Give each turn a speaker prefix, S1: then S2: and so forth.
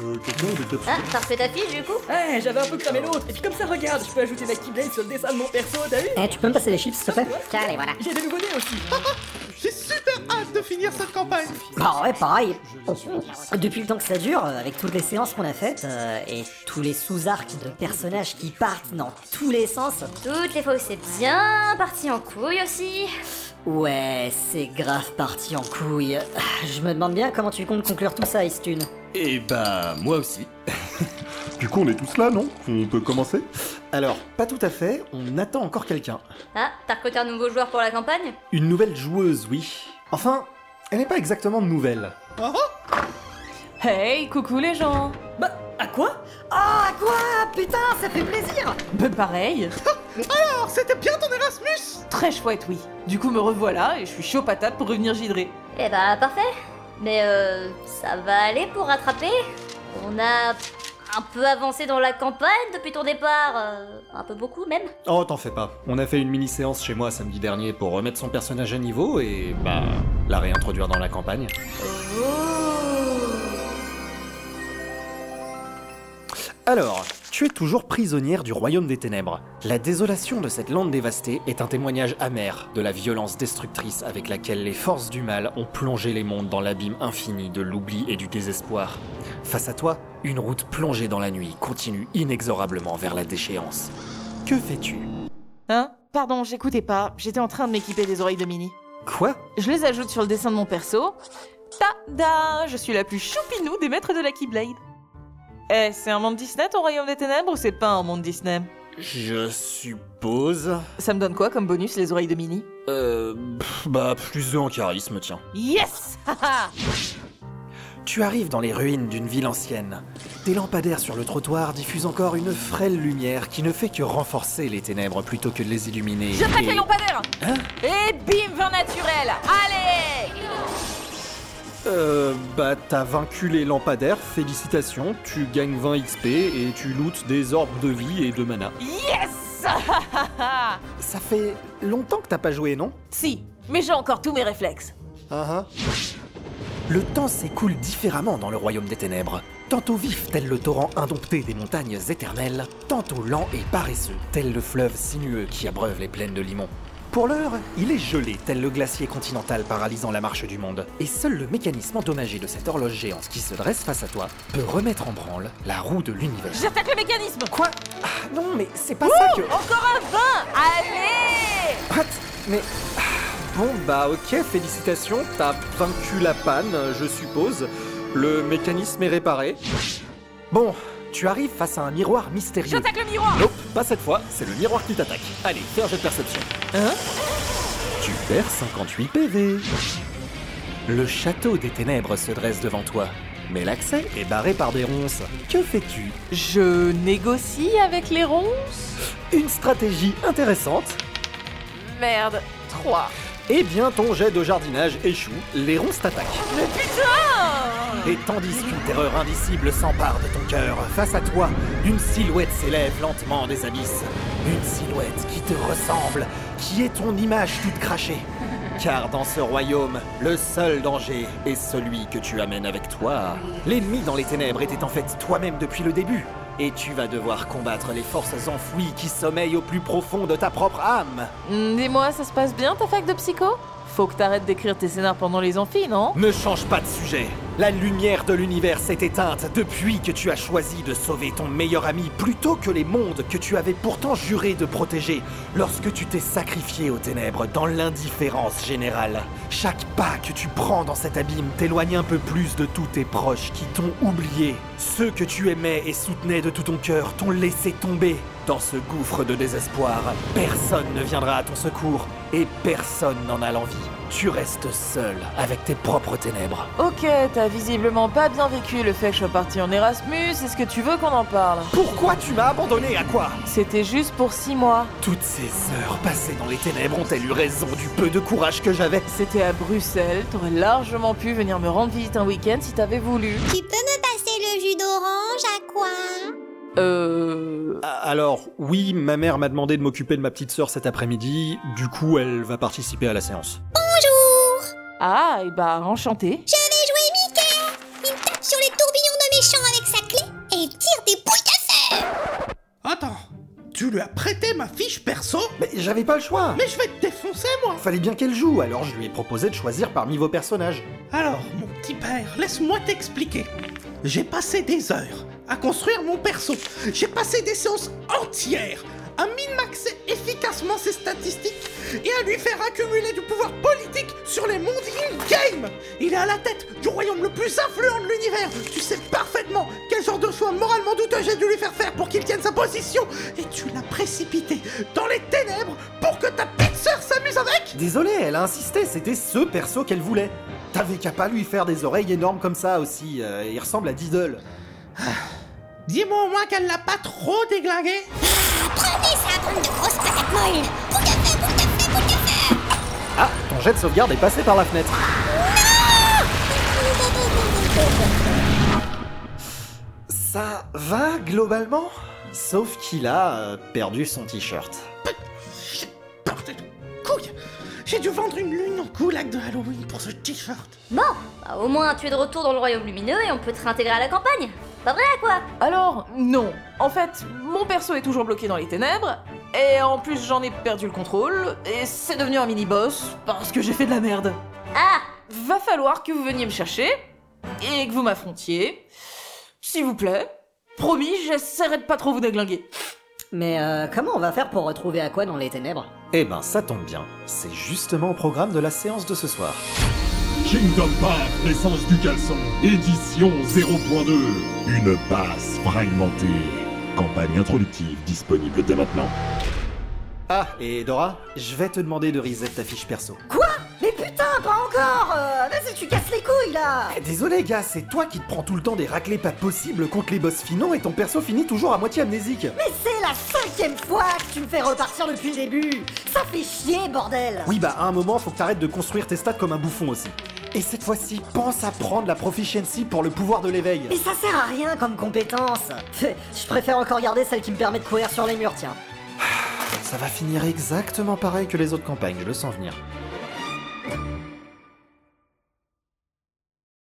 S1: Euh, Quelqu'un a des capsules
S2: Ah, t'as refait ta fiche du coup
S3: Ouais, Eh, j'avais un peu cramé l'autre, et puis comme ça, regarde, je peux ajouter ma Keyblade sur le dessin de mon perso, t'as vu
S4: Eh, tu peux me passer les chips, s'il te plaît
S2: Tiens, allez, voilà.
S3: J'ai des nouveau-nés aussi
S5: J'ai super hâte de finir cette campagne
S4: Bah ouais, pareil. Depuis le temps que ça dure, euh, avec toutes les séances qu'on a faites, euh, et tous les sous-arcs de personnages qui partent dans tous les sens,
S2: Toutes les fois où c'est bien parti en couille aussi.
S4: ouais, c'est grave parti en couille. Ah, Je me demande bien comment tu comptes conclure tout ça, Istune.
S6: Et bah, moi aussi.
S1: Du coup, on est tous là, non On peut commencer
S5: Alors, pas tout à fait, on attend encore quelqu'un.
S2: Ah, t'as recruté un nouveau joueur pour la campagne
S5: Une nouvelle joueuse, oui. Enfin, elle n'est pas exactement nouvelle.
S7: Hey, coucou les gens
S3: Bah, à quoi
S4: Ah, quoi Putain, ça fait plaisir
S7: Bah pareil
S5: Alors, c'était bien ton Erasmus
S7: Très chouette, oui. Du coup, me revoilà et je suis chaud patate pour revenir gidrer.
S2: Eh bah, parfait. Mais euh, ça va aller pour rattraper On a un peu avancé dans la campagne depuis ton départ. euh, un peu beaucoup même.
S5: Oh, t'en fais pas. On a fait une mini-séance chez moi samedi dernier pour remettre son personnage à niveau et, bah, la réintroduire dans la campagne. Alors, tu es toujours prisonnière du royaume des ténèbres. La désolation de cette lande dévastée est un témoignage amer de la violence destructrice avec laquelle les forces du mal ont plongé les mondes dans l'abîme infini de l'oubli et du désespoir. Face à toi, une route plongée dans la nuit continue inexorablement vers la déchéance. Que fais-tu
S7: Hein Pardon, j'écoutais pas. J'étais en train de m'équiper des oreilles de Mini.
S5: Quoi
S7: Je les ajoute sur le dessin de mon perso. Tada Je suis la plus choupinou des maîtres de la Keyblade. Eh, c'est un monde Disney ton Royaume des Ténèbres ou c'est pas un monde Disney
S5: Je suppose.
S7: Ça me donne quoi comme bonus les oreilles de Mini
S5: Euh. pff, Bah, plus de en charisme, tiens.
S7: Yes Haha
S5: Tu arrives dans les ruines d'une ville ancienne. Des lampadaires sur le trottoir diffusent encore une frêle lumière qui ne fait que renforcer les ténèbres plutôt que de les illuminer.
S7: Je pète
S5: Et-
S7: les lampadaires
S5: Hein
S7: Et bim, vin naturel Allez
S5: Euh, bah t'as vaincu les lampadaires, félicitations, tu gagnes 20 XP et tu lootes des orbes de vie et de mana.
S7: Yes
S5: Ça fait longtemps que t'as pas joué, non
S7: Si, mais j'ai encore tous mes réflexes.
S5: Le temps s'écoule différemment dans le royaume des ténèbres. Tantôt vif tel le torrent indompté des montagnes éternelles, tantôt lent et paresseux tel le fleuve sinueux qui abreuve les plaines de Limon. Pour l'heure, il est gelé tel le glacier continental paralysant la marche du monde, et seul le mécanisme endommagé de cette horloge géante qui se dresse face à toi peut remettre en branle la roue de l'univers.
S7: J'attaque le mécanisme
S5: Quoi Ah, Non mais c'est pas ça que...
S7: Encore un vin Allez
S5: What Mais... ah, Bon bah ok, félicitations, t'as vaincu la panne, je suppose. Le mécanisme est réparé. Bon, tu arrives face à un miroir mystérieux.
S7: J'attaque le miroir
S5: Nope, pas cette fois, c'est le miroir qui t'attaque. Allez, fais un jet de perception. Hein Tu perds 58 PV. Le château des ténèbres se dresse devant toi, mais l'accès est barré par des ronces. Que fais-tu
S7: Je négocie avec les ronces
S5: Une stratégie intéressante
S7: Merde, 3.
S5: Eh bien, ton jet de jardinage échoue, les ronces t'attaquent. Mais putain Et tandis qu'une terreur indicible s'empare de ton cœur, face à toi, une silhouette s'élève lentement des abysses. Une silhouette qui te ressemble, qui est ton image toute crachée. Car dans ce royaume, le seul danger est celui que tu amènes avec toi. L'ennemi dans les ténèbres était en fait toi-même depuis le début. Et tu vas devoir combattre les forces enfouies qui sommeillent au plus profond de ta propre âme.
S7: Hmm, Dis-moi, ça se passe bien ta fac de psycho Faut que t'arrêtes d'écrire tes scénars pendant les amphis, non
S5: Ne change pas de sujet. La lumière de l'univers s'est éteinte depuis que tu as choisi de sauver ton meilleur ami plutôt que les mondes que tu avais pourtant juré de protéger lorsque tu t'es sacrifié aux ténèbres dans l'indifférence générale. Chaque pas que tu prends dans cet abîme t'éloigne un peu plus de tous tes proches qui t'ont oublié. Ceux que tu aimais et soutenais de tout ton cœur t'ont laissé tomber. Dans ce gouffre de désespoir, personne ne viendra à ton secours et personne n'en a l'envie. Tu restes seul avec tes propres ténèbres.
S7: Ok, t'as visiblement pas bien vécu le fait que je sois partie en Erasmus, est-ce que tu veux qu'on en parle
S5: Pourquoi tu m'as abandonné à quoi
S7: C'était juste pour 6 mois.
S5: Toutes ces heures passées dans les ténèbres ont-elles eu raison du peu de courage que j'avais
S7: C'était à Bruxelles, t'aurais largement pu venir me rendre visite un week-end si t'avais voulu.
S8: Tu peux me passer le jus d'orange à quoi
S7: Euh...
S5: Ah, Alors, oui, ma mère m'a demandé de m'occuper de ma petite sœur cet après-midi, du coup elle va participer à la séance.
S7: Ah, et bah, enchanté.
S8: Je vais jouer Mickey Il tape sur les tourbillons de méchants avec sa
S9: lui as prêté ma fiche perso
S5: Mais j'avais pas le choix
S9: Mais je vais te défoncer, moi
S5: Fallait bien qu'elle joue, alors je lui ai proposé de choisir parmi vos personnages.
S9: Alors, mon petit père, laisse-moi t'expliquer. J'ai passé des heures à construire mon perso. J'ai passé des séances entières à min-maxer efficacement ses statistiques et à lui faire accumuler du pouvoir politique sur les mondes in-game. Il est à la tête du royaume le plus influent de l'univers. Tu sais parfaitement quel genre de choix moralement douteux j'ai dû lui faire faire pour qu'il tienne sa position. Et tu l'as précipité dans les ténèbres pour que ta petite sœur s'amuse avec.
S5: Désolé, elle a insisté, c'était ce perso qu'elle voulait. T'avais qu'à pas lui faire des oreilles énormes comme ça aussi, euh, il ressemble à Diddle.
S9: Dis-moi au moins qu'elle l'a pas trop déglingué.
S8: Prenez ça, bande de grosses patates molles Boule de feu, boule de feu, boule de feu
S5: Ah, ton jet de sauvegarde est passé par la fenêtre. Ça va globalement Sauf qu'il a euh, perdu son t-shirt.
S9: J'ai porté de couille J'ai dû vendre une lune en goulag de Halloween pour ce t-shirt
S2: Bon, bah, au moins tu es de retour dans le royaume lumineux et on peut te réintégrer à la campagne. Pas vrai quoi
S7: Alors, non. En fait, mon perso est toujours bloqué dans les ténèbres, et en plus j'en ai perdu le contrôle, et c'est devenu un mini-boss parce que j'ai fait de la merde.
S2: Ah
S7: Va falloir que vous veniez me chercher, et que vous m'affrontiez. S'il vous plaît. Promis, j'essaierai de pas trop vous déglinguer.
S4: Mais euh, comment on va faire pour retrouver Aqua dans les ténèbres
S5: Eh ben, ça tombe bien. C'est justement au programme de la séance de ce soir.
S1: Kingdom Park, l'essence du caleçon, édition 0.2. Une base fragmentée. Campagne introductive disponible dès maintenant.
S5: Ah, et Dora, je vais te demander de reset ta fiche perso.
S4: Quoi Mais putain, pas encore euh, Vas-y, tu casses les couilles là
S5: Eh, Désolé, gars, c'est toi qui te prends tout le temps des raclés pas possibles contre les boss finaux et ton perso finit toujours à moitié amnésique.
S4: Mais c'est la cinquième fois que tu me fais repartir depuis le début Ça fait chier, bordel
S5: Oui, bah à un moment, faut que t'arrêtes de construire tes stats comme un bouffon aussi. Et cette fois-ci, pense à prendre la proficiency pour le pouvoir de l'éveil.
S4: Mais ça sert à rien comme compétence Pff, Je préfère encore garder celle qui me permet de courir sur les murs, tiens.
S5: Ça va finir exactement pareil que les autres campagnes, je le sens venir.